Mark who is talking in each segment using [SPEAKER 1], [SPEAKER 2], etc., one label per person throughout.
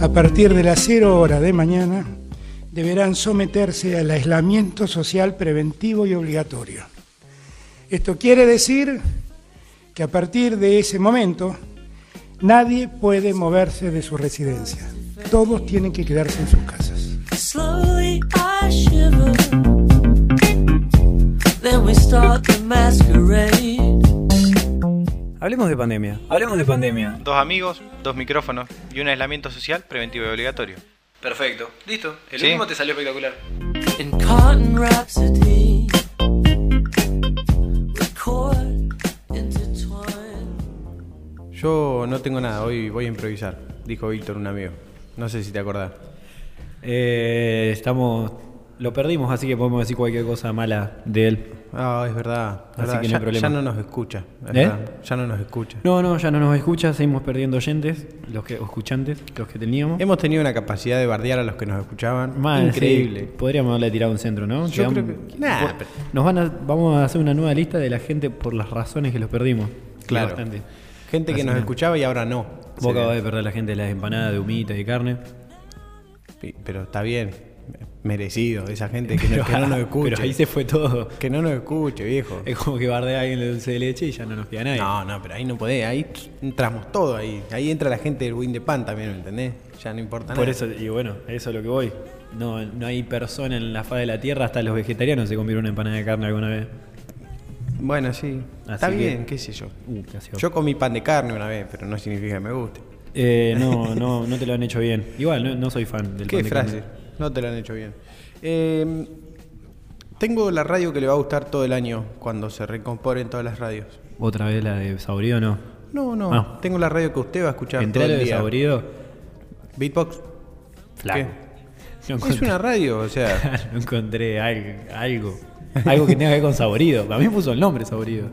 [SPEAKER 1] A partir de las 0 horas de mañana deberán someterse al aislamiento social preventivo y obligatorio. Esto quiere decir que a partir de ese momento nadie puede moverse de su residencia. Todos tienen que quedarse en sus casas.
[SPEAKER 2] Slowly I shiver. Then we start the masquerade.
[SPEAKER 3] Hablemos de pandemia. Hablemos de pandemia.
[SPEAKER 4] Dos amigos, dos micrófonos y un aislamiento social preventivo y obligatorio.
[SPEAKER 3] Perfecto. Listo. El
[SPEAKER 4] Sí.
[SPEAKER 3] último te salió espectacular.
[SPEAKER 2] In cotton rhapsody. With chord intertwined.
[SPEAKER 5] Yo no tengo nada, hoy voy a improvisar, dijo Víctor, un amigo. No sé si te acordás.
[SPEAKER 3] Eh, estamos. Lo perdimos, así que podemos decir cualquier cosa mala de él.
[SPEAKER 5] Ah, es verdad.
[SPEAKER 3] Así
[SPEAKER 5] verdad,
[SPEAKER 3] que no
[SPEAKER 5] ya,
[SPEAKER 3] hay problema.
[SPEAKER 5] ya no nos escucha. es
[SPEAKER 3] ¿Eh?
[SPEAKER 5] verdad, Ya no nos escucha.
[SPEAKER 3] No, no, ya no nos escucha, seguimos perdiendo oyentes, los que, o escuchantes, los que teníamos.
[SPEAKER 5] Hemos tenido una capacidad de bardear a los que nos escuchaban.
[SPEAKER 3] Mal, sí.
[SPEAKER 5] Increíble.
[SPEAKER 3] Podríamos haberle tirado un centro, ¿no?
[SPEAKER 5] Yo
[SPEAKER 3] Quedamos-
[SPEAKER 5] creo que- Nah,
[SPEAKER 3] Por-
[SPEAKER 5] pero-
[SPEAKER 3] Nos van a, vamos a hacer una nueva lista de la gente por las razones que los perdimos.
[SPEAKER 5] Claro.
[SPEAKER 3] Bastante.
[SPEAKER 5] Gente que
[SPEAKER 3] Así
[SPEAKER 5] nos
[SPEAKER 3] que-
[SPEAKER 5] escuchaba y ahora no.
[SPEAKER 3] Vos acabás de perder la gente de las empanadas de humita y carne.
[SPEAKER 5] Sí, Pero está bien. Merecido. Esa gente que, no, que no nos escucha.
[SPEAKER 3] pero ahí se fue todo.
[SPEAKER 5] Que no nos escuche, viejo.
[SPEAKER 3] Es como que bardea a alguien de dulce de leche y ya no nos queda nadie.
[SPEAKER 5] No, no, pero ahí no podés. Ahí entramos todo ahí. Ahí entra la gente del Win de Pan también, ¿me entendés? Ya no importa
[SPEAKER 3] Por
[SPEAKER 5] nada.
[SPEAKER 3] eso, y bueno, a eso es lo que voy. No, no hay persona en la faz de la tierra, hasta los vegetarianos se comieron una empanada de carne alguna vez.
[SPEAKER 5] Bueno, sí.
[SPEAKER 3] Así
[SPEAKER 5] Está
[SPEAKER 3] que-
[SPEAKER 5] bien, qué sé yo.
[SPEAKER 3] Uh, casi va.
[SPEAKER 5] Yo comí pan de carne una vez, pero no significa que me guste.
[SPEAKER 3] Eh, no, no, no te lo han hecho bien. Igual, no, no soy fan del
[SPEAKER 5] ¿Qué
[SPEAKER 3] pan de
[SPEAKER 5] frase?
[SPEAKER 3] carne.
[SPEAKER 5] No te lo han hecho bien. Eh, tengo la radio que le va a gustar todo el año cuando se recomponen todas las radios.
[SPEAKER 3] Otra vez la de Saborido, no.
[SPEAKER 5] No, no.
[SPEAKER 3] Ah.
[SPEAKER 5] Tengo la radio que usted va a escuchar
[SPEAKER 3] Entré a
[SPEAKER 5] todo
[SPEAKER 3] lo
[SPEAKER 5] el
[SPEAKER 3] de
[SPEAKER 5] día.
[SPEAKER 3] Saborido,
[SPEAKER 5] Beatbox.
[SPEAKER 3] flaco. No
[SPEAKER 5] Es
[SPEAKER 3] encontré,
[SPEAKER 5] una radio, o sea.
[SPEAKER 3] no encontré al- algo. Algo que tenga que ver con Saborido. A mí me puso el nombre Saborido.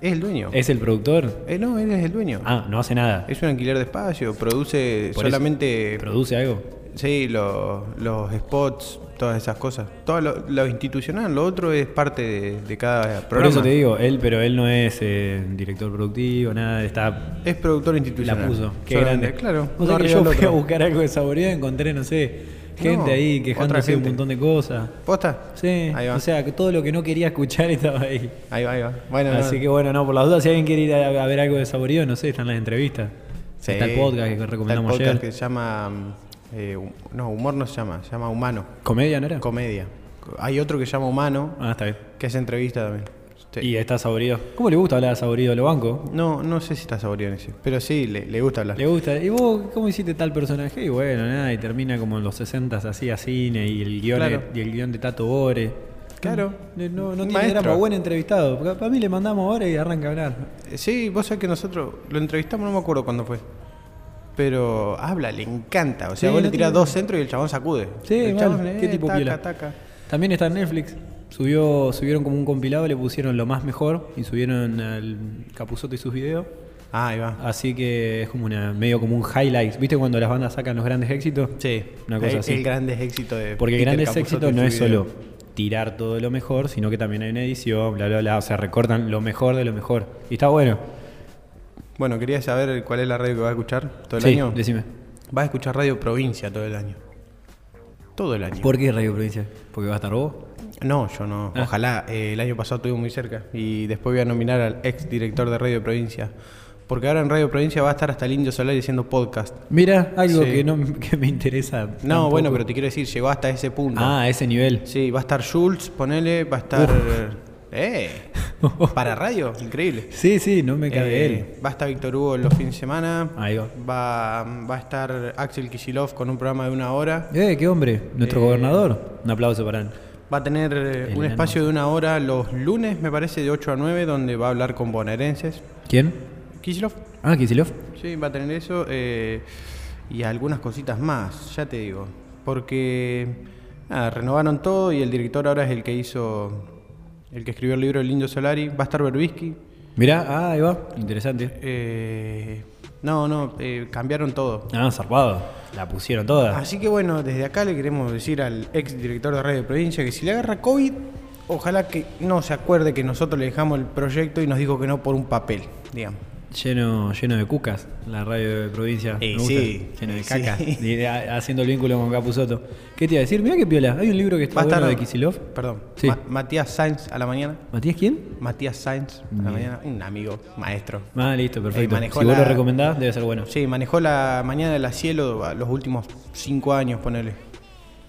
[SPEAKER 5] Es el dueño.
[SPEAKER 3] ¿Es el productor?
[SPEAKER 5] Eh, no, él es el dueño.
[SPEAKER 3] Ah, no hace nada.
[SPEAKER 5] Es un alquiler de espacio. Produce
[SPEAKER 3] Por eso,
[SPEAKER 5] solamente.
[SPEAKER 3] ¿Produce algo?
[SPEAKER 5] Sí, lo- los spots, todas esas cosas. Todo lo, lo institucional, lo otro es parte de, de cada
[SPEAKER 3] Por
[SPEAKER 5] programa.
[SPEAKER 3] eso te digo, él, pero él no es eh, director productivo, nada, está...
[SPEAKER 5] Es productor
[SPEAKER 3] La
[SPEAKER 5] institucional.
[SPEAKER 3] puso, qué
[SPEAKER 5] Solamente,
[SPEAKER 3] grande.
[SPEAKER 5] Claro.
[SPEAKER 3] O sea
[SPEAKER 5] uno
[SPEAKER 3] que
[SPEAKER 5] arriba
[SPEAKER 3] yo
[SPEAKER 5] del
[SPEAKER 3] fui a
[SPEAKER 5] otro.
[SPEAKER 3] buscar algo de saborío y encontré, no sé, gente
[SPEAKER 5] No,
[SPEAKER 3] ahí
[SPEAKER 5] otra
[SPEAKER 3] quejándose de un
[SPEAKER 5] gente.
[SPEAKER 3] montón de cosas.
[SPEAKER 5] ¿Posta?
[SPEAKER 3] Sí,
[SPEAKER 5] Ahí va.
[SPEAKER 3] o sea, que todo lo que no quería escuchar estaba ahí.
[SPEAKER 5] ahí va, ahí va. Bueno,
[SPEAKER 3] Así
[SPEAKER 5] no.
[SPEAKER 3] que bueno, no, por las dudas, si alguien quiere ir a, a ver algo de saborío, no sé, están las entrevistas.
[SPEAKER 5] Sí.
[SPEAKER 3] Está el podcast que recomendamos
[SPEAKER 5] Está el podcast
[SPEAKER 3] ayer.
[SPEAKER 5] que se llama. mm, eh, hum- no, humor no se llama, se llama humano.
[SPEAKER 3] ¿Comedia no era?
[SPEAKER 5] Comedia. Hay otro que se llama humano,
[SPEAKER 3] ah, está bien.
[SPEAKER 5] que hace entrevista también. Sí.
[SPEAKER 3] Y está saborío. ¿Cómo le gusta hablar a saborío? ¿Lo banco?
[SPEAKER 5] No, no sé si está saboreado en ese, pero sí, le, le gusta hablar.
[SPEAKER 3] Le gusta. ¿Y vos cómo hiciste tal personaje? Y bueno, nada, y termina como en los 60 así a cine y el guión,
[SPEAKER 5] Claro.
[SPEAKER 3] de, y el guión de Tato Bore.
[SPEAKER 5] Claro.
[SPEAKER 3] No, no, no
[SPEAKER 5] Un
[SPEAKER 3] tiene drama,
[SPEAKER 5] maestro.
[SPEAKER 3] buen entrevistado. Porque Para mí le mandamos ahora y arranca a hablar.
[SPEAKER 5] Eh, Sí, vos sabés que nosotros lo entrevistamos, no me acuerdo cuándo fue. Pero habla, le encanta. O sea,
[SPEAKER 3] Sí,
[SPEAKER 5] vos
[SPEAKER 3] no
[SPEAKER 5] le tirás
[SPEAKER 3] tiene-
[SPEAKER 5] dos centros y el chabón sacude.
[SPEAKER 3] Sí,
[SPEAKER 5] el
[SPEAKER 3] mal,
[SPEAKER 5] chabón,
[SPEAKER 3] qué
[SPEAKER 5] eh,
[SPEAKER 3] tipo
[SPEAKER 5] taca,
[SPEAKER 3] piola.
[SPEAKER 5] taca.
[SPEAKER 3] También está en Netflix. Subió, subieron como un compilado, le pusieron lo más mejor y subieron al Capuzoto y sus videos.
[SPEAKER 5] Ah, ahí va.
[SPEAKER 3] Así que es como una medio como un highlight. ¿Viste cuando las bandas sacan los grandes éxitos?
[SPEAKER 5] Sí,
[SPEAKER 3] Una cosa
[SPEAKER 5] el,
[SPEAKER 3] así.
[SPEAKER 5] Eh, El grandes éxito de.
[SPEAKER 3] Porque
[SPEAKER 5] Peter
[SPEAKER 3] grandes
[SPEAKER 5] Capusotto
[SPEAKER 3] éxitos
[SPEAKER 5] en
[SPEAKER 3] no
[SPEAKER 5] su
[SPEAKER 3] es
[SPEAKER 5] video.
[SPEAKER 3] solo tirar todo lo mejor, sino que también hay una edición, bla, bla, bla. O sea, recortan lo mejor de lo mejor. Y está bueno.
[SPEAKER 5] Bueno, quería saber cuál es la radio que va a escuchar todo el
[SPEAKER 3] Sí,
[SPEAKER 5] año.
[SPEAKER 3] decime.
[SPEAKER 5] Va a escuchar Radio Provincia todo el año. Todo el año.
[SPEAKER 3] ¿Por qué Radio Provincia? Porque va a estar vos.
[SPEAKER 5] No, yo no.
[SPEAKER 3] Ah.
[SPEAKER 5] Ojalá. eh, el año pasado estuve muy cerca. Y después voy a nominar al ex director de Radio Provincia. Porque ahora en Radio Provincia va a estar hasta el Indio Solar haciendo podcast.
[SPEAKER 3] Mira, algo
[SPEAKER 5] Sí.
[SPEAKER 3] que no que me interesa.
[SPEAKER 5] No,
[SPEAKER 3] tampoco.
[SPEAKER 5] bueno, pero te quiero decir, llegó hasta ese punto.
[SPEAKER 3] Ah, a ese nivel.
[SPEAKER 5] Sí, va a estar Schultz, ponele, va a estar. ¡Eh! Para radio, increíble.
[SPEAKER 3] Sí, sí, no me cabe
[SPEAKER 5] Eh,
[SPEAKER 3] él.
[SPEAKER 5] Va a estar Víctor Hugo los fines de semana.
[SPEAKER 3] Ahí va.
[SPEAKER 5] Va, va a estar Axel Kishilov con un programa de una hora.
[SPEAKER 3] Eh, qué hombre, nuestro
[SPEAKER 5] Eh,
[SPEAKER 3] gobernador. Un aplauso para él.
[SPEAKER 5] Va a tener eh,
[SPEAKER 3] El
[SPEAKER 5] un
[SPEAKER 3] enano.
[SPEAKER 5] espacio de una hora los lunes, me parece, de 8 a 9, donde va a hablar con bonaerenses.
[SPEAKER 3] ¿Quién?
[SPEAKER 5] Kishilov,
[SPEAKER 3] Ah, Kisilov.
[SPEAKER 5] sí, va a tener eso. eh, y algunas cositas más, ya te digo. Porque, nada, renovaron todo y el director ahora es el que hizo, el que escribió el libro El Indio Solari. Va a estar Berbisky.
[SPEAKER 3] Mirá, ah, ahí va. Interesante.
[SPEAKER 5] Eh, no, no, eh, cambiaron todo.
[SPEAKER 3] Ah, zarpado. La pusieron toda.
[SPEAKER 5] Así que bueno, desde acá le queremos decir al ex director de Radio Provincia que si le agarra COVID, Ojalá que no se acuerde que nosotros le dejamos el proyecto y nos dijo que no por un papel, digamos.
[SPEAKER 3] Lleno, lleno de cucas, la radio de provincia. me
[SPEAKER 5] Eh,
[SPEAKER 3] gusta.
[SPEAKER 5] sí,
[SPEAKER 3] lleno de
[SPEAKER 5] eh,
[SPEAKER 3] caca.
[SPEAKER 5] sí.
[SPEAKER 3] Y de- a- haciendo el vínculo con Capuzoto. ¿Qué te iba a decir? Mira qué piola. Hay un libro que está
[SPEAKER 5] Va a
[SPEAKER 3] bueno
[SPEAKER 5] estar-
[SPEAKER 3] de Kisilov.
[SPEAKER 5] Perdón.
[SPEAKER 3] Sí.
[SPEAKER 5] Ma- Matías Sainz a la mañana.
[SPEAKER 3] ¿Matías quién?
[SPEAKER 5] Matías Sainz a la mañana. Un amigo, maestro.
[SPEAKER 3] Ah, listo, perfecto. Si
[SPEAKER 5] Eh, manejó
[SPEAKER 3] vos lo
[SPEAKER 5] la-
[SPEAKER 3] recomendás, debe ser bueno.
[SPEAKER 5] Sí, manejó la mañana de la cielo a los últimos cinco años, ponele.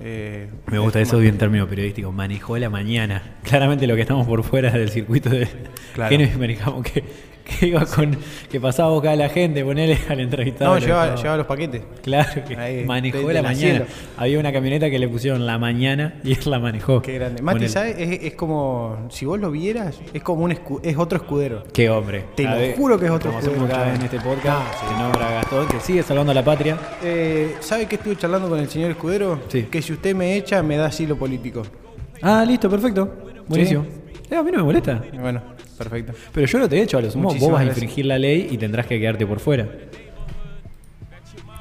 [SPEAKER 5] Eh,
[SPEAKER 3] Me gusta
[SPEAKER 5] es
[SPEAKER 3] eso
[SPEAKER 5] ma-
[SPEAKER 3] bien término periodístico. Manejó la mañana. Claramente lo que estamos por fuera del circuito de
[SPEAKER 5] Claro.
[SPEAKER 3] que nos manejamos, que, que iba con. que pasaba boca a la gente, ponele al entrevistado.
[SPEAKER 5] No,
[SPEAKER 3] lo
[SPEAKER 5] llevaba,
[SPEAKER 3] dejaba-
[SPEAKER 5] llevaba los paquetes.
[SPEAKER 3] Claro, que
[SPEAKER 5] Ahí,
[SPEAKER 3] manejó
[SPEAKER 5] desde
[SPEAKER 3] la
[SPEAKER 5] la
[SPEAKER 3] mañana.
[SPEAKER 5] cielo.
[SPEAKER 3] Había una camioneta que le pusieron la mañana y él la manejó.
[SPEAKER 5] Qué grande.
[SPEAKER 3] Con
[SPEAKER 5] Mati,
[SPEAKER 3] el-
[SPEAKER 5] ¿sabes? Es, es como. Si vos lo vieras, es como un escu- es otro escudero.
[SPEAKER 3] Qué hombre.
[SPEAKER 5] Te
[SPEAKER 3] Cada
[SPEAKER 5] lo
[SPEAKER 3] vez-
[SPEAKER 5] juro que es otro Ah,
[SPEAKER 3] Como hacemos
[SPEAKER 5] escudero,
[SPEAKER 3] cada vez en
[SPEAKER 5] chaval.
[SPEAKER 3] este podcast, se nombra a Gastón, que sigue salvando a la patria.
[SPEAKER 5] Eh, ¿Sabe qué estuve charlando con el señor Escudero?
[SPEAKER 3] Sí.
[SPEAKER 5] Que si usted me echa, me da asilo político.
[SPEAKER 3] Ah, listo, perfecto. Buenísimo. Eh, a mí no me molesta.
[SPEAKER 5] Y Bueno, perfecto.
[SPEAKER 3] Pero yo no te he hecho a lo sumo.
[SPEAKER 5] Muchísimas
[SPEAKER 3] vos vas a
[SPEAKER 5] gracias.
[SPEAKER 3] infringir la ley y tendrás que quedarte por fuera.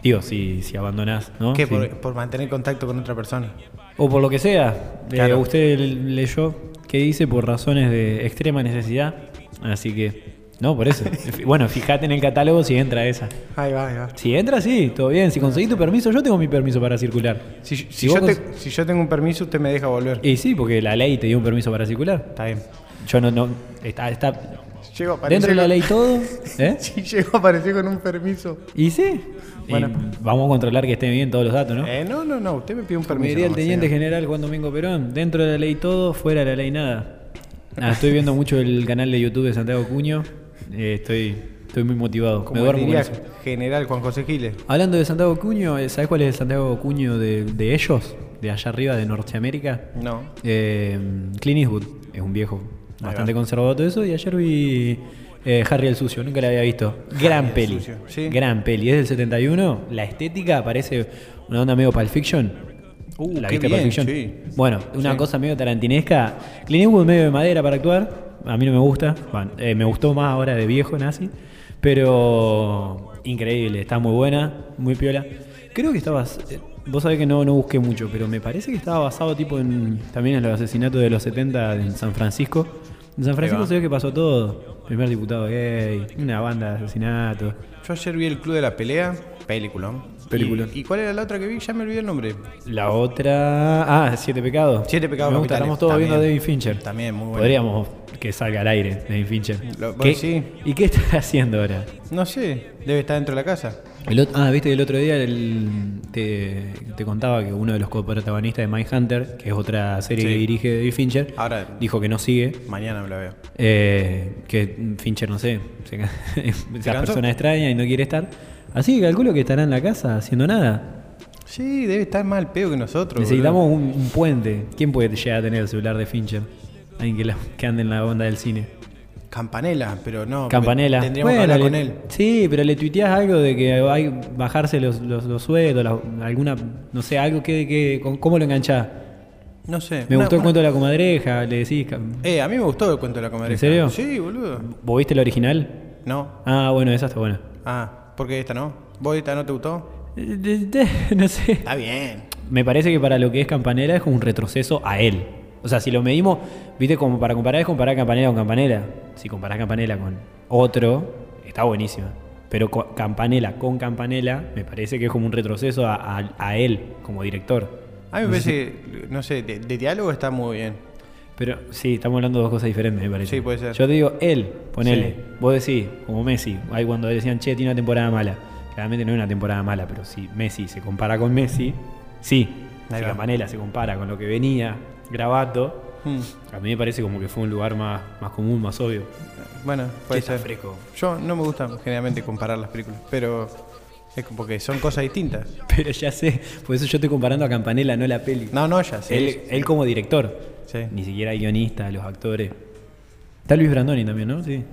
[SPEAKER 3] Digo, si, si abandonás, ¿no?
[SPEAKER 5] ¿Qué?
[SPEAKER 3] Si-
[SPEAKER 5] Por, por mantener contacto con otra persona.
[SPEAKER 3] O por lo que sea. Eh,
[SPEAKER 5] Claro.
[SPEAKER 3] usted leyó que dice por razones de extrema necesidad. Así que. No, por eso. bueno, fíjate en el catálogo si entra esa.
[SPEAKER 5] Ahí va, ahí va.
[SPEAKER 3] Si entra, sí, todo bien. Si conseguís tu permiso, yo tengo mi permiso para circular.
[SPEAKER 5] Si, si
[SPEAKER 3] Si
[SPEAKER 5] yo
[SPEAKER 3] vos
[SPEAKER 5] te- si yo tengo un permiso, usted me deja volver.
[SPEAKER 3] Y sí, porque la ley te dio un permiso para circular.
[SPEAKER 5] Está bien.
[SPEAKER 3] Yo no. no está está
[SPEAKER 5] Llego a aparecer
[SPEAKER 3] dentro de la
[SPEAKER 5] con-
[SPEAKER 3] ley todo. ¿eh?
[SPEAKER 5] Si llego a aparecer con un permiso.
[SPEAKER 3] Y sí.
[SPEAKER 5] Bueno.
[SPEAKER 3] Y vamos a controlar que estén bien todos los datos, ¿no?
[SPEAKER 5] Eh, no, no, no. Usted me pide un
[SPEAKER 3] Me
[SPEAKER 5] permiso.
[SPEAKER 3] diría el
[SPEAKER 5] nomás,
[SPEAKER 3] teniente
[SPEAKER 5] señor.
[SPEAKER 3] general Juan Domingo Perón. Dentro de la ley todo, fuera de la ley nada. Nada, estoy viendo mucho el canal de YouTube de Santiago Cuño. Eh, estoy, estoy muy motivado.
[SPEAKER 5] Como
[SPEAKER 3] Me duermo con
[SPEAKER 5] diría
[SPEAKER 3] eso.
[SPEAKER 5] general Juan José Giles.
[SPEAKER 3] Hablando de Santiago Cuño, eh, ¿sabés cuál es el Santiago Cuño de, de ellos? De allá arriba, de Norteamérica.
[SPEAKER 5] No.
[SPEAKER 3] Eh, Clint Eastwood es un viejo bastante conservador todo eso. Y ayer vi eh, Harry el Sucio, nunca la había visto. Gran
[SPEAKER 5] el
[SPEAKER 3] peli.
[SPEAKER 5] Sucio, sí.
[SPEAKER 3] Gran peli. Es del 71. La estética parece una onda medio Pulp Fiction.
[SPEAKER 5] Uh,
[SPEAKER 3] ¿La
[SPEAKER 5] qué
[SPEAKER 3] viste
[SPEAKER 5] bien,
[SPEAKER 3] Pulp Fiction?
[SPEAKER 5] sí.
[SPEAKER 3] Bueno, una
[SPEAKER 5] Sí.
[SPEAKER 3] cosa medio tarantinesca. Clint Eastwood medio de madera para actuar. A mí no me gusta. Bueno, eh, me gustó más ahora de viejo nazi. Pero increíble, está muy buena, muy piola. Creo que estabas. eh, Vos sabés que no, no busqué mucho, pero me parece que estaba basado tipo en. también en los asesinatos de los 70 en San Francisco. En San Francisco
[SPEAKER 5] va.
[SPEAKER 3] se ve que pasó todo. Primer diputado gay, una banda de asesinatos.
[SPEAKER 5] Yo ayer vi el Club de la Pelea. Película.
[SPEAKER 3] Película.
[SPEAKER 5] ¿Y, y cuál era la otra que vi? Ya me olvidé el nombre.
[SPEAKER 3] La otra. Ah, Siete Pecados.
[SPEAKER 5] Siete Pecados
[SPEAKER 3] Me gusta,
[SPEAKER 5] Capitales.
[SPEAKER 3] estamos todos
[SPEAKER 5] También.
[SPEAKER 3] viendo a David Fincher.
[SPEAKER 5] También, muy bueno.
[SPEAKER 3] Podríamos que salga al aire David Fincher.
[SPEAKER 5] Lo-
[SPEAKER 3] ¿Qué-
[SPEAKER 5] sí.
[SPEAKER 3] ¿Y qué está haciendo ahora?
[SPEAKER 5] No sé. Debe estar dentro de la casa.
[SPEAKER 3] El ot- ah, viste, el otro día el- te, te contaba que uno de los coprotagonistas de Mindhunter, que es otra serie
[SPEAKER 5] Sí. Ah.
[SPEAKER 3] que dirige David Fincher,
[SPEAKER 5] Ahora-
[SPEAKER 3] dijo que no sigue.
[SPEAKER 5] Mañana me la veo.
[SPEAKER 3] eh, que Fincher, no sé, se ca- es una
[SPEAKER 5] cansó?
[SPEAKER 3] persona extraña y no quiere estar. Así que calculo que estará en la casa haciendo nada.
[SPEAKER 5] Sí, debe estar más al pedo que nosotros.
[SPEAKER 3] Necesitamos un, un puente. ¿Quién puede llegar a tener el celular de Fincher? Alguien que, la- que ande en la onda del cine.
[SPEAKER 5] boludo. Campanela, pero no. porque
[SPEAKER 3] Campanela.
[SPEAKER 5] Tendríamos
[SPEAKER 3] Bueno,
[SPEAKER 5] que hablar
[SPEAKER 3] le-
[SPEAKER 5] con él.
[SPEAKER 3] Sí, pero le tuiteás algo de que hay bajarse los, los, los sueldos, la- alguna, no sé, algo que, que con- ¿cómo lo enganchás?
[SPEAKER 5] No sé.
[SPEAKER 3] Me
[SPEAKER 5] una-
[SPEAKER 3] gustó el
[SPEAKER 5] una-
[SPEAKER 3] cuento de la comadreja, le decís... ca-
[SPEAKER 5] Eh, a mí me gustó el cuento de la comadreja.
[SPEAKER 3] ¿En serio?
[SPEAKER 5] Sí, boludo.
[SPEAKER 3] ¿Vos viste el original?
[SPEAKER 5] No.
[SPEAKER 3] Ah, bueno, esa está buena.
[SPEAKER 5] Ah, ¿por qué esta no? ¿Vos esta no te gustó?
[SPEAKER 3] Eh, eh, eh, No sé.
[SPEAKER 5] Está bien.
[SPEAKER 3] Me parece que para lo que es Campanela es como un retroceso a él. O sea, si lo medimos, viste, como para comparar es comparar Campanela con Campanela. Si comparás Campanela con otro, está buenísima. Pero co- Campanela con Campanela me parece que es como un retroceso a, a- a él como director.
[SPEAKER 5] A mí me parece, no sé, de, de diálogo está muy bien.
[SPEAKER 3] Pero sí, estamos hablando de dos cosas diferentes, me parece.
[SPEAKER 5] Sí, puede ser.
[SPEAKER 3] Yo te digo él, ponele.
[SPEAKER 5] Sí.
[SPEAKER 3] Vos decís, como Messi, ahí cuando decían, che, tiene una temporada mala. Claramente no es una temporada mala, pero si Messi se compara con Messi, sí.
[SPEAKER 5] Ahí
[SPEAKER 3] Si
[SPEAKER 5] va.
[SPEAKER 3] Campanella se compara con lo que venía grabando,
[SPEAKER 5] Hmm.
[SPEAKER 3] a mí me parece como que fue un lugar más, más común, más obvio.
[SPEAKER 5] Bueno, puede
[SPEAKER 3] está
[SPEAKER 5] ser.
[SPEAKER 3] fresco.
[SPEAKER 5] Yo no me gusta generalmente comparar las películas, pero es como que son cosas distintas.
[SPEAKER 3] Pero ya sé, por eso yo estoy comparando a Campanella, no la peli.
[SPEAKER 5] No, no, ya sé.
[SPEAKER 3] él, él como director.
[SPEAKER 5] Sí.
[SPEAKER 3] Ni siquiera el guionista, los actores. Está Luis Brandoni también, ¿no? Sí.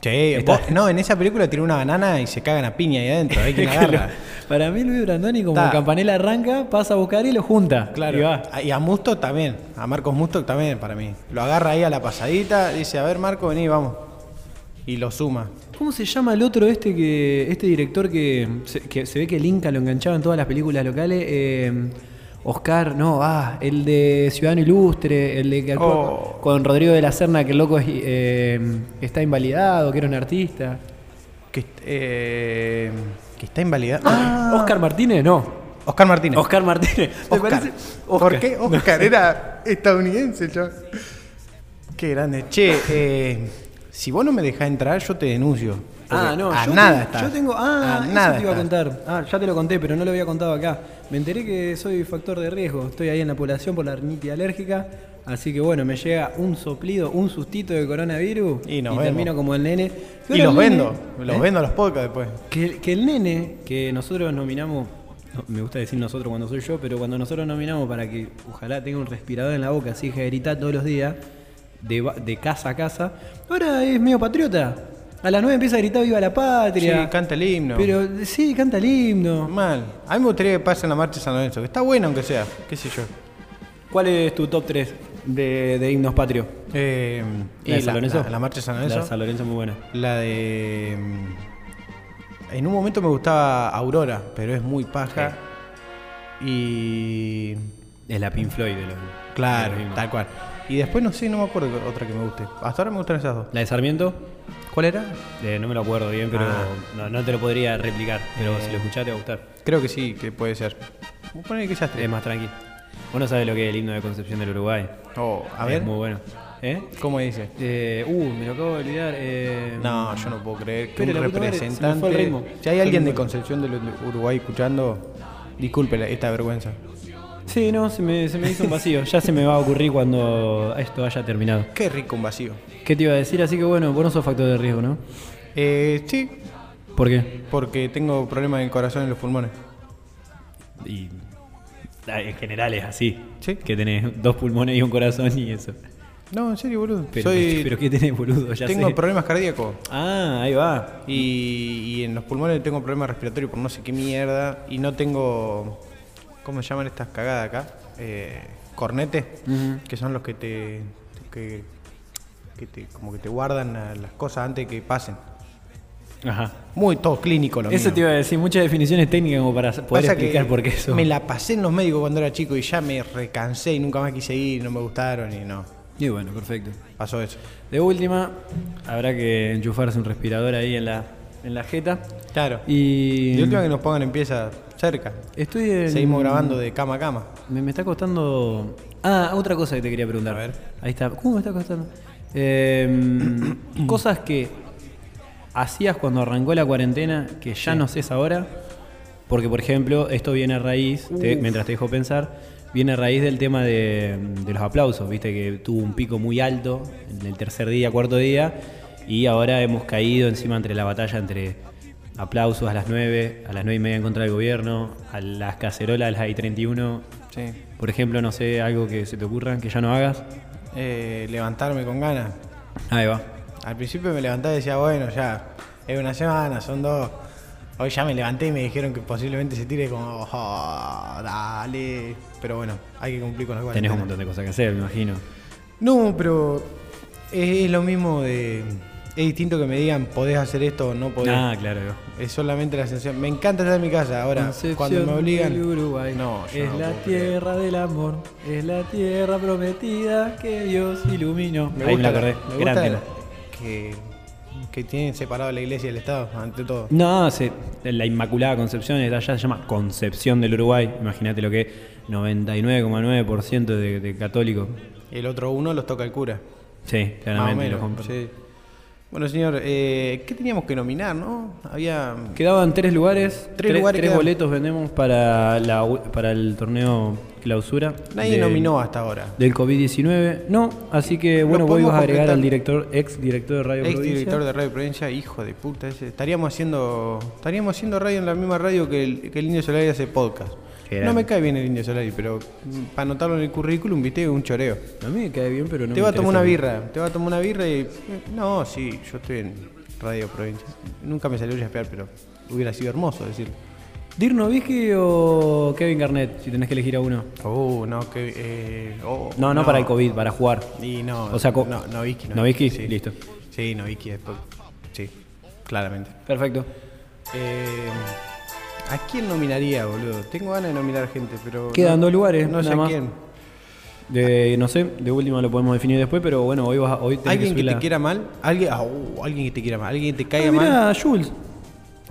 [SPEAKER 5] Che,
[SPEAKER 3] Está-
[SPEAKER 5] vos- no, en esa película tiene una banana y se cagan a piña ahí adentro. Hay quien
[SPEAKER 3] Es que lo-
[SPEAKER 5] agarra.
[SPEAKER 3] para mí Luis Brandoni como
[SPEAKER 5] Ta.
[SPEAKER 3] Campanella arranca, pasa a buscar y lo junta. Y va.
[SPEAKER 5] Ah, Y a Musto también. A Marcos Musto también, para mí. Lo agarra ahí a la pasadita, dice, a ver, Marco, vení, vamos. Y lo suma.
[SPEAKER 3] ¿Cómo se llama el otro este que este director que se, que se ve que el Inca lo enganchaba en todas las películas locales? Eh, Oscar, no, ah, el de Ciudadano Ilustre, el de que actuó
[SPEAKER 5] Oh.
[SPEAKER 3] con Rodrigo de la Serna, que el loco es, eh, está invalidado, que era un artista.
[SPEAKER 5] Que, est- eh, que está invalidado.
[SPEAKER 3] Oscar Martínez, no.
[SPEAKER 5] Ah. Oscar Martínez.
[SPEAKER 3] Ah. Oscar Martínez. ¿Te
[SPEAKER 5] Oscar.
[SPEAKER 3] parece?
[SPEAKER 5] ¿Por qué Oscar era estadounidense, chaval? Qué grande. Che, eh, si vos no me dejás entrar, yo te denuncio.
[SPEAKER 3] Ah,
[SPEAKER 5] Porque
[SPEAKER 3] no,
[SPEAKER 5] a
[SPEAKER 3] yo,
[SPEAKER 5] nada
[SPEAKER 3] te-
[SPEAKER 5] estás.
[SPEAKER 3] yo tengo. Ah,
[SPEAKER 5] A
[SPEAKER 3] eso
[SPEAKER 5] nada
[SPEAKER 3] te iba a
[SPEAKER 5] estás.
[SPEAKER 3] contar. Ah, ya te lo conté, pero no lo había contado acá. Me enteré que soy factor de riesgo. Estoy ahí en la población por la rinitis alérgica. Así que bueno, me llega un soplido, un sustito de coronavirus.
[SPEAKER 5] Y nos vemos.
[SPEAKER 3] termino como el nene.
[SPEAKER 5] Y
[SPEAKER 3] Pero
[SPEAKER 5] los
[SPEAKER 3] el
[SPEAKER 5] vendo.
[SPEAKER 3] nene-
[SPEAKER 5] Los
[SPEAKER 3] ¿Eh?
[SPEAKER 5] vendo a los podcasts después.
[SPEAKER 3] Que, que el nene, que nosotros nominamos, no, me gusta decir nosotros cuando soy yo, pero cuando nosotros nominamos para que ojalá tenga un respirador en la boca, así que grita todos los días, de, ba- de casa a casa, ahora es medio patriota. A las 9 empieza a gritar viva la patria.
[SPEAKER 5] Sí, canta el himno.
[SPEAKER 3] Pero sí, canta el himno.
[SPEAKER 5] Mal. A mí me gustaría que pase en la marcha de San Lorenzo, que está buena aunque sea, qué sé yo.
[SPEAKER 3] ¿Cuál es tu top 3 de, de himnos patrio?
[SPEAKER 5] Eh,
[SPEAKER 3] ¿La de San Lorenzo?
[SPEAKER 5] La, la marcha de San
[SPEAKER 3] La de
[SPEAKER 5] Lorenzo.
[SPEAKER 3] San Lorenzo es muy buena.
[SPEAKER 5] La de. mm, En un momento me gustaba Aurora, pero es muy paja. Y.
[SPEAKER 3] Es la Pink Floyd de los
[SPEAKER 5] Claro,
[SPEAKER 3] de los himnos.
[SPEAKER 5] tal cual. Y después no sé, no me acuerdo otra que me guste. Hasta ahora me gustan esas dos.
[SPEAKER 3] La de Sarmiento,
[SPEAKER 5] ¿Cuál era?
[SPEAKER 3] eh, no me lo acuerdo bien, pero
[SPEAKER 5] Ah.
[SPEAKER 3] no, no te lo podría replicar. Pero
[SPEAKER 5] Eh.
[SPEAKER 3] si lo escuchás te va a gustar.
[SPEAKER 5] Creo que sí, que puede ser. Voy a poner que esas
[SPEAKER 3] Es
[SPEAKER 5] tres.
[SPEAKER 3] más tranqui. Vos no sabés lo que es el himno de Concepción del Uruguay.
[SPEAKER 5] Oh, a ver,
[SPEAKER 3] Es muy bueno. ¿Eh?
[SPEAKER 5] ¿cómo dice?
[SPEAKER 3] Eh, uh, me lo acabo de olvidar. eh,
[SPEAKER 5] No, yo no puedo creer que
[SPEAKER 3] Pero
[SPEAKER 5] un
[SPEAKER 3] la puta madre, se me fue
[SPEAKER 5] representante.
[SPEAKER 3] el ritmo.
[SPEAKER 5] Si hay alguien de Concepción del Uruguay escuchando, disculpe esta vergüenza.
[SPEAKER 3] Sí, no, se me, se me hizo un vacío. ya se me va a ocurrir cuando esto haya terminado.
[SPEAKER 5] Qué rico un vacío.
[SPEAKER 3] ¿Qué te iba a decir? Así que bueno, vos no sos factor de riesgo, ¿no?
[SPEAKER 5] Eh, sí,
[SPEAKER 3] ¿Por qué?
[SPEAKER 5] porque tengo problemas en el corazón y en los pulmones.
[SPEAKER 3] Y. ah, En general es así.
[SPEAKER 5] Sí.
[SPEAKER 3] Que tenés dos pulmones y un corazón y eso.
[SPEAKER 5] No, en serio, boludo.
[SPEAKER 3] Pero,
[SPEAKER 5] Soy,
[SPEAKER 3] pero ¿qué tenés, boludo? Ya
[SPEAKER 5] tengo
[SPEAKER 3] sé.
[SPEAKER 5] problemas cardíacos.
[SPEAKER 3] Ah, ahí va.
[SPEAKER 5] Y, y en los pulmones tengo problemas respiratorios por no sé qué mierda. Y no tengo. ¿Cómo se llaman estas cagadas acá? Eh, cornetes,
[SPEAKER 3] Ujú.
[SPEAKER 5] que son los que te. Que, que te como que te guardan a las cosas antes de que pasen.
[SPEAKER 3] Ajá.
[SPEAKER 5] Muy todo clínico lo
[SPEAKER 3] Eso
[SPEAKER 5] mío.
[SPEAKER 3] te iba a decir, muchas definiciones técnicas como para poder
[SPEAKER 5] Pasa que
[SPEAKER 3] explicar por qué eso.
[SPEAKER 5] Me la pasé en los médicos cuando era chico y ya me recansé y nunca más quise ir, no me gustaron y no.
[SPEAKER 3] Y bueno, perfecto.
[SPEAKER 5] Pasó eso.
[SPEAKER 3] De última, habrá que enchufarse un respirador ahí en la, en la jeta.
[SPEAKER 5] Claro. Y
[SPEAKER 3] Y.
[SPEAKER 5] de última que nos pongan empieza cerca.
[SPEAKER 3] Estoy en-
[SPEAKER 5] Seguimos grabando de cama a cama.
[SPEAKER 3] Me, me está costando. Ah, otra cosa que te quería preguntar.
[SPEAKER 5] A ver.
[SPEAKER 3] Ahí está. ¿Cómo me está costando? Eh, cosas que hacías cuando arrancó la cuarentena que ya no haces ahora. Porque, por ejemplo, esto viene a raíz, te- mientras te dejo pensar, viene a raíz del tema de, de los aplausos. Viste que tuvo un pico muy alto en el tercer día, cuarto día. Y ahora hemos caído encima entre la batalla entre aplausos a las 9, a las 9 y media en contra del gobierno, a las cacerolas a las y 31.
[SPEAKER 5] Sí.
[SPEAKER 3] Por ejemplo, no sé, algo que se te ocurra que ya no hagas.
[SPEAKER 5] Eh, levantarme con ganas.
[SPEAKER 3] Ahí va.
[SPEAKER 5] Al principio me levantaba y decía, bueno, ya, es una semana, son dos. Hoy ya me levanté y me dijeron que posiblemente se tire como, "Oh, dale. Pero bueno, hay que cumplir con la
[SPEAKER 3] Tenés
[SPEAKER 5] cuarentena.
[SPEAKER 3] un montón de cosas que hacer, me imagino.
[SPEAKER 5] No, pero es, es lo mismo de. Es distinto que me digan, podés hacer esto o no podés.
[SPEAKER 3] Ah, claro. ahí va.
[SPEAKER 5] Es solamente la sensación. Me encanta estar en mi casa ahora. cuando me obligan.
[SPEAKER 3] del Uruguay
[SPEAKER 5] no, yo
[SPEAKER 3] es
[SPEAKER 5] no
[SPEAKER 3] la
[SPEAKER 5] puedo creer.
[SPEAKER 3] tierra del amor, es la tierra prometida que Dios iluminó.
[SPEAKER 5] Me
[SPEAKER 3] Ahí me la
[SPEAKER 5] gusta
[SPEAKER 3] acordé.
[SPEAKER 5] me
[SPEAKER 3] Gran
[SPEAKER 5] gusta
[SPEAKER 3] tema.
[SPEAKER 5] que, que tienen separado la iglesia y el Estado, ante todo.
[SPEAKER 3] No, se- la Inmaculada Concepción es- allá se llama Concepción del Uruguay. Imagínate lo que es 99,9% de, de católicos.
[SPEAKER 5] El otro uno los toca el cura.
[SPEAKER 3] Sí,
[SPEAKER 5] Más o
[SPEAKER 3] claramente.
[SPEAKER 5] menos,
[SPEAKER 3] los compran.
[SPEAKER 5] sí. Bueno, señor, eh, ¿qué teníamos que nominar, no? Había.
[SPEAKER 3] Quedaban tres lugares, tres,
[SPEAKER 5] lugares
[SPEAKER 3] tres
[SPEAKER 5] quedan.
[SPEAKER 3] boletos vendemos para, la, u- para el torneo clausura.
[SPEAKER 5] Nadie
[SPEAKER 3] del-
[SPEAKER 5] nominó hasta ahora.
[SPEAKER 3] Del COVID-19. No, así que bueno, voy
[SPEAKER 5] podemos
[SPEAKER 3] a agregar
[SPEAKER 5] completar.
[SPEAKER 3] al director, ex director de Radio
[SPEAKER 5] Ex
[SPEAKER 3] Provincia.
[SPEAKER 5] director de Radio Provincia, hijo de puta ese. Estaríamos haciendo, estaríamos haciendo radio en la misma radio que el, que el Indio Solari hace podcast.
[SPEAKER 3] Qué
[SPEAKER 5] No
[SPEAKER 3] grande.
[SPEAKER 5] me cae bien el Indio Solari, pero mm, para anotarlo en el currículum, viste, un choreo.
[SPEAKER 3] A mí me cae bien, pero no
[SPEAKER 5] te
[SPEAKER 3] me
[SPEAKER 5] va a
[SPEAKER 3] interesa
[SPEAKER 5] tomar una
[SPEAKER 3] mucho.
[SPEAKER 5] birra, te va a tomar una birra y... No, sí, yo estoy en Radio Provincia. Nunca me salió esperar, pero hubiera sido hermoso decirlo.
[SPEAKER 3] ¿Dirno Nowitzki o Kevin Garnett, si tenés que elegir a uno?
[SPEAKER 5] Oh, no, que... eh, oh,
[SPEAKER 3] No, no, para el COVID, para jugar.
[SPEAKER 5] Y no,
[SPEAKER 3] O sea, co-
[SPEAKER 5] no, Novitsky, no.
[SPEAKER 3] Novitsky,
[SPEAKER 5] sí.
[SPEAKER 3] listo.
[SPEAKER 5] Sí, Novitsky, después- sí, claramente.
[SPEAKER 3] Perfecto.
[SPEAKER 5] Eh, ¿A quién nominaría, boludo? Tengo ganas de nominar gente, pero.
[SPEAKER 3] Quedan dos lugares,
[SPEAKER 5] No sé
[SPEAKER 3] nada más.
[SPEAKER 5] quién.
[SPEAKER 3] De, no sé, de última lo podemos definir después, pero bueno, hoy, vas, a- hoy tenés
[SPEAKER 5] ¿Alguien que,
[SPEAKER 3] subir
[SPEAKER 5] te
[SPEAKER 3] la-
[SPEAKER 5] quiera mal? ¿Alguien, ah, uh, alguien que te quiera mal. Alguien que te caiga
[SPEAKER 3] Ah,
[SPEAKER 5] mal.
[SPEAKER 3] mirá, Jules.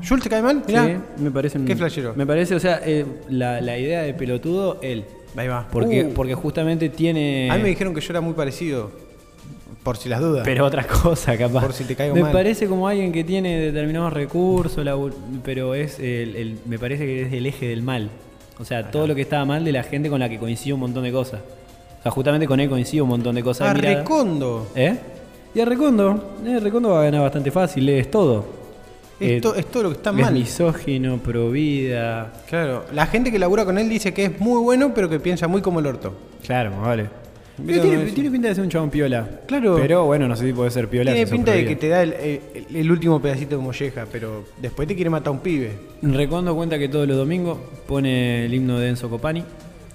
[SPEAKER 5] ¿Jules te cae mal? Mirá.
[SPEAKER 3] Sí, me parece. un-
[SPEAKER 5] Qué flashero.
[SPEAKER 3] Me parece, o sea, eh, la, la idea de pelotudo, él.
[SPEAKER 5] Ahí va.
[SPEAKER 3] Porque,
[SPEAKER 5] Uh,
[SPEAKER 3] porque justamente tiene.
[SPEAKER 5] A mí me dijeron que yo era muy parecido. Por si las dudas.
[SPEAKER 3] Pero otra cosa, capaz.
[SPEAKER 5] Por si te caigo
[SPEAKER 3] me
[SPEAKER 5] mal.
[SPEAKER 3] parece como alguien que tiene determinados recursos, labu- pero es el, el- me parece que es el eje del mal. O sea, todo lo que estaba mal de la gente con la que coincido un montón de cosas. O sea, justamente con él coincido un montón de cosas.
[SPEAKER 5] Ah,
[SPEAKER 3] de mirada.
[SPEAKER 5] Arrecondo.
[SPEAKER 3] ¿Eh? Y a Recondo, eh, Recondo va a ganar bastante fácil, es todo. eh,
[SPEAKER 5] Es to- es todo lo que está
[SPEAKER 3] es
[SPEAKER 5] mal.
[SPEAKER 3] misógino, pro vida.
[SPEAKER 5] Claro. La gente que labura con él dice que es muy bueno, pero que piensa muy como el orto.
[SPEAKER 3] Claro, vale.
[SPEAKER 5] Mira,
[SPEAKER 3] tiene,
[SPEAKER 5] eso.
[SPEAKER 3] tiene pinta de ser un chabón piola.
[SPEAKER 5] Claro.
[SPEAKER 3] Pero bueno, no sé si puede ser piola.
[SPEAKER 5] Tiene
[SPEAKER 3] si sos
[SPEAKER 5] pinta de
[SPEAKER 3] pro
[SPEAKER 5] que
[SPEAKER 3] vida.
[SPEAKER 5] te da el, el- el último pedacito de molleja, pero después te quiere matar un pibe.
[SPEAKER 3] Recondo cuenta que todos los domingos pone el himno de Enzo Copani,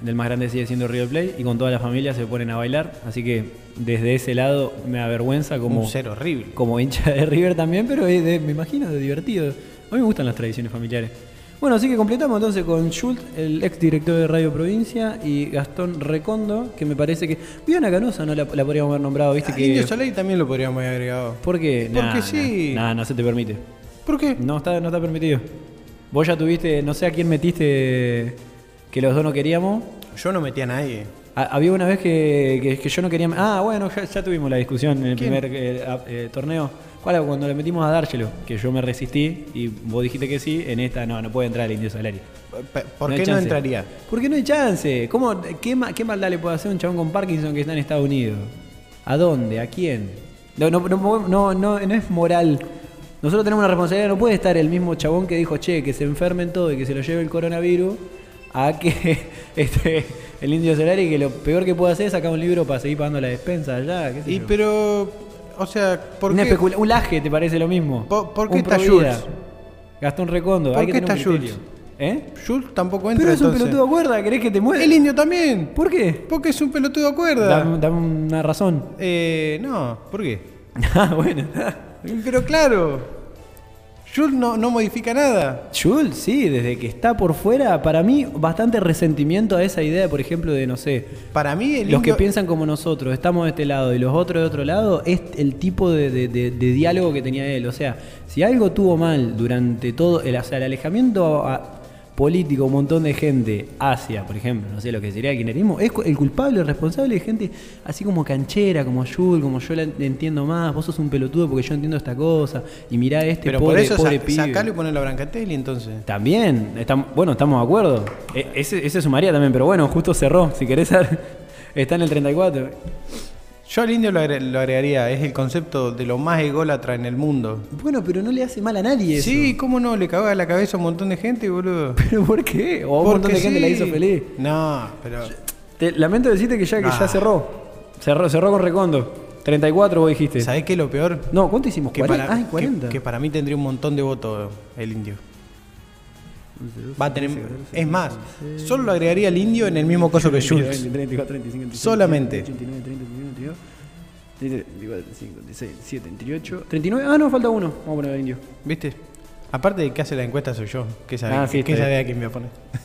[SPEAKER 3] del más grande sigue siendo River Play, y con toda la familia se ponen a bailar. Así que desde ese lado me avergüenza como,
[SPEAKER 5] Un ser horrible.
[SPEAKER 3] como hincha de River también, pero es de- me imagino de divertido. A mí me gustan las tradiciones familiares. Bueno, así que completamos entonces con Schultz, el ex director de Radio Provincia, y Gastón Recondo, que me parece que. Viviana Canosa no la, la podríamos haber nombrado, viste
[SPEAKER 5] Ah,
[SPEAKER 3] que.
[SPEAKER 5] Indio Solari también lo podríamos haber agregado.
[SPEAKER 3] ¿Por qué?
[SPEAKER 5] Porque
[SPEAKER 3] Nah,
[SPEAKER 5] sí.
[SPEAKER 3] nah, nah, no se te permite.
[SPEAKER 5] ¿Por qué?
[SPEAKER 3] No está, no está permitido. Vos ya tuviste, no sé a quién metiste que los dos no queríamos.
[SPEAKER 5] Yo no metí a nadie.
[SPEAKER 3] Ha- había una vez que, que- que yo no quería. Ah, bueno, ya, ya tuvimos la discusión en el
[SPEAKER 5] ¿Quién?
[SPEAKER 3] primer eh, a- eh, torneo. ¿Cuál? Cuando le metimos a Dárchelo, que yo me resistí y vos dijiste que sí. En esta no, no puede entrar el Indio Solari.
[SPEAKER 5] Pe- ¿Por
[SPEAKER 3] hay
[SPEAKER 5] qué no
[SPEAKER 3] chance.
[SPEAKER 5] entraría?
[SPEAKER 3] Porque no hay chance. ¿Cómo, qué, ma- ¿Qué maldad le puede hacer un chabón con Parkinson que está en Estados Unidos? ¿A dónde? ¿A quién? No, no, no, podemos- no, no, no es moral. Nosotros tenemos una responsabilidad. No puede estar el mismo chabón que dijo, che, que se enfermen todo y que se lo lleve el coronavirus, a que este, el indio Solari, que lo peor que puede hacer es sacar un libro para seguir pagando la despensa allá. qué sé
[SPEAKER 5] Y
[SPEAKER 3] yo.
[SPEAKER 5] pero. O sea, ¿por
[SPEAKER 3] Una
[SPEAKER 5] qué?
[SPEAKER 3] especula- un laje, ¿te parece lo mismo?
[SPEAKER 5] ¿Por- por qué
[SPEAKER 3] Un
[SPEAKER 5] está
[SPEAKER 3] Provida.
[SPEAKER 5] Jules?
[SPEAKER 3] Gastón Recondo.
[SPEAKER 5] ¿Por
[SPEAKER 3] hay que
[SPEAKER 5] qué
[SPEAKER 3] tener
[SPEAKER 5] está
[SPEAKER 3] un
[SPEAKER 5] Jules?
[SPEAKER 3] criterio. ¿Eh?
[SPEAKER 5] Jules tampoco entra.
[SPEAKER 3] Pero es un
[SPEAKER 5] entonces.
[SPEAKER 3] pelotudo cuerda, ¿querés que te muera?
[SPEAKER 5] El indio también.
[SPEAKER 3] ¿Por qué?
[SPEAKER 5] Porque es un pelotudo cuerda.
[SPEAKER 3] Dame, dame una razón.
[SPEAKER 5] Eh, no, ¿por qué?
[SPEAKER 3] ah, bueno.
[SPEAKER 5] Pero claro. Jules no, no modifica nada.
[SPEAKER 3] Jules, sí, desde que está por fuera, para mí, bastante resentimiento a esa idea, por ejemplo, de, no sé,
[SPEAKER 5] Para mí, el
[SPEAKER 3] los que
[SPEAKER 5] indio-
[SPEAKER 3] piensan como nosotros, estamos de este lado y los otros de otro lado, es el tipo de, de- de- de diálogo que tenía él. O sea, si algo tuvo mal durante todo, el, o sea, el alejamiento a- político, un montón de gente hacia, por ejemplo, no sé lo que sería el kirchnerismo, es cu- el culpable, el responsable de gente así como canchera, como Yul, como yo la en- entiendo más, vos sos un pelotudo porque yo entiendo esta cosa, y mirá a este
[SPEAKER 5] Pero
[SPEAKER 3] pobre,
[SPEAKER 5] por eso
[SPEAKER 3] pobre
[SPEAKER 5] sa-
[SPEAKER 3] pibe.
[SPEAKER 5] sacalo y ponelo a Brancatelli entonces.
[SPEAKER 3] También, estamos, bueno, estamos de acuerdo. E- ese, ese sumaría también, pero bueno, justo cerró. Si querés, está en el 34.
[SPEAKER 5] Yo al indio lo, agre- lo agregaría. Es el concepto de lo más ególatra en el mundo.
[SPEAKER 3] Bueno, pero no le hace mal a nadie eso.
[SPEAKER 5] Sí, cómo no, le cagaba la cabeza a un montón de gente, boludo.
[SPEAKER 3] ¿Pero por qué? O a un
[SPEAKER 5] Porque
[SPEAKER 3] montón de gente
[SPEAKER 5] sí.
[SPEAKER 3] la hizo feliz.
[SPEAKER 5] No, pero.
[SPEAKER 3] Te lamento decirte que ya, que ya
[SPEAKER 5] Ah.
[SPEAKER 3] cerró. cerró. Cerró con Recondo. 34 vos dijiste.
[SPEAKER 5] ¿Sabés qué es lo peor?
[SPEAKER 3] No, ¿cuánto hicimos?
[SPEAKER 5] Que
[SPEAKER 3] 40.
[SPEAKER 5] para,
[SPEAKER 3] Ay,
[SPEAKER 5] que-
[SPEAKER 3] 40.
[SPEAKER 5] Que, para mí tendría un montón de votos el indio. Va a tener. Es más, solo lo agregaría el indio en el mismo coso que Jules.
[SPEAKER 3] 34, 35, 36,
[SPEAKER 5] Solamente.
[SPEAKER 3] 89, 30, 31, 32, 34, 56, 78, 39. Ah, no, falta uno. Vamos a poner al indio.
[SPEAKER 5] ¿Viste? Aparte de que hace la encuesta soy yo. ¿Qué sabe,
[SPEAKER 3] Ah, sí,
[SPEAKER 5] qué
[SPEAKER 3] está
[SPEAKER 5] sabe
[SPEAKER 3] bien.
[SPEAKER 5] a quién me voy a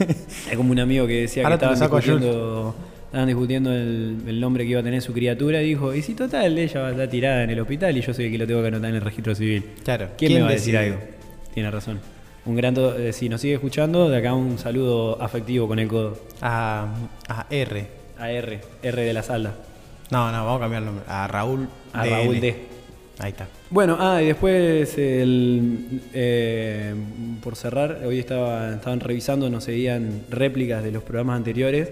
[SPEAKER 5] poner?
[SPEAKER 3] Es como un amigo que decía
[SPEAKER 5] Ahora te
[SPEAKER 3] que
[SPEAKER 5] lo
[SPEAKER 3] estaban
[SPEAKER 5] saco a
[SPEAKER 3] discutiendo, estaban discutiendo el, el nombre que iba a tener su criatura y dijo, y si total, ella va a estar tirada en el hospital y yo soy el que lo tengo que anotar en el registro civil.
[SPEAKER 5] Claro,
[SPEAKER 3] ¿Quién,
[SPEAKER 5] ¿quién
[SPEAKER 3] me va a decir
[SPEAKER 5] decide?
[SPEAKER 3] algo? Tiene razón. Un gran to- eh, si nos sigue escuchando, de acá un saludo afectivo con el codo.
[SPEAKER 5] A, a R.
[SPEAKER 3] A R, R de la salda.
[SPEAKER 5] No, no, vamos a cambiar el nombre. A Raúl
[SPEAKER 3] A
[SPEAKER 5] DL.
[SPEAKER 3] Raúl D.
[SPEAKER 5] Ahí está.
[SPEAKER 3] Bueno, ah, y después el, eh, por cerrar, hoy estaba, estaban revisando, nos seguían réplicas de los programas anteriores.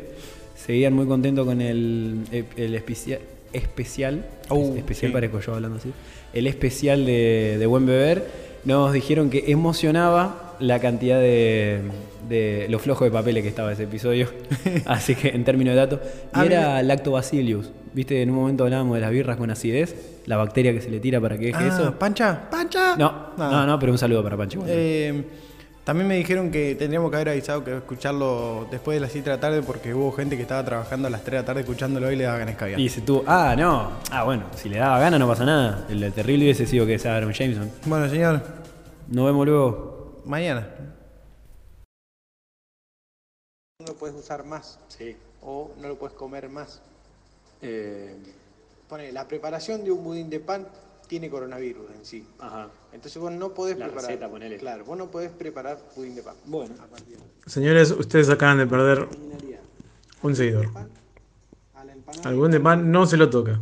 [SPEAKER 3] Seguían muy contentos con el, el especia- especial.
[SPEAKER 5] Uh,
[SPEAKER 3] especial
[SPEAKER 5] sí.
[SPEAKER 3] parezco yo hablando así. El especial de, de Buen Beber. Nos dijeron que emocionaba la cantidad de, de lo flojo de papeles que estaba ese episodio. así que en términos de datos.
[SPEAKER 5] A
[SPEAKER 3] Y
[SPEAKER 5] mí
[SPEAKER 3] era lactobacillus. Viste, en un momento hablábamos de las birras con acidez, la bacteria que se le tira para que deje
[SPEAKER 5] Ah,
[SPEAKER 3] eso.
[SPEAKER 5] ¿Pancha? ¿Pancha?
[SPEAKER 3] No,
[SPEAKER 5] Ah.
[SPEAKER 3] no, no, pero un saludo para Pancho.
[SPEAKER 5] Eh, también me dijeron que tendríamos que haber avisado que escucharlo después de las 7 de la tarde porque hubo gente que estaba trabajando a las 3 de la tarde escuchándolo y le daban escabiar.
[SPEAKER 3] y se tuvo. Ah, no. Ah, bueno, si le daba gana no pasa nada. El, terrible hubiese sido que es Aaron Jameson.
[SPEAKER 5] Bueno, señor,
[SPEAKER 3] Nos vemos luego.
[SPEAKER 5] mañana.
[SPEAKER 6] no lo puedes usar más
[SPEAKER 7] Sí.
[SPEAKER 6] o no lo puedes comer más.
[SPEAKER 7] Eh,
[SPEAKER 6] Pone, la preparación de un budín de pan tiene coronavirus en sí.
[SPEAKER 7] ajá.
[SPEAKER 6] Entonces vos no podés
[SPEAKER 7] La
[SPEAKER 6] preparar.
[SPEAKER 7] receta, ponele.
[SPEAKER 6] Claro, vos no podés preparar budín de pan.
[SPEAKER 7] Bueno.
[SPEAKER 6] A partir de la
[SPEAKER 8] Señores, ustedes acaban de perder
[SPEAKER 6] originalidad.
[SPEAKER 8] un seguidor.
[SPEAKER 6] Pan a la empanada.
[SPEAKER 8] Al buen de pan no se lo toca.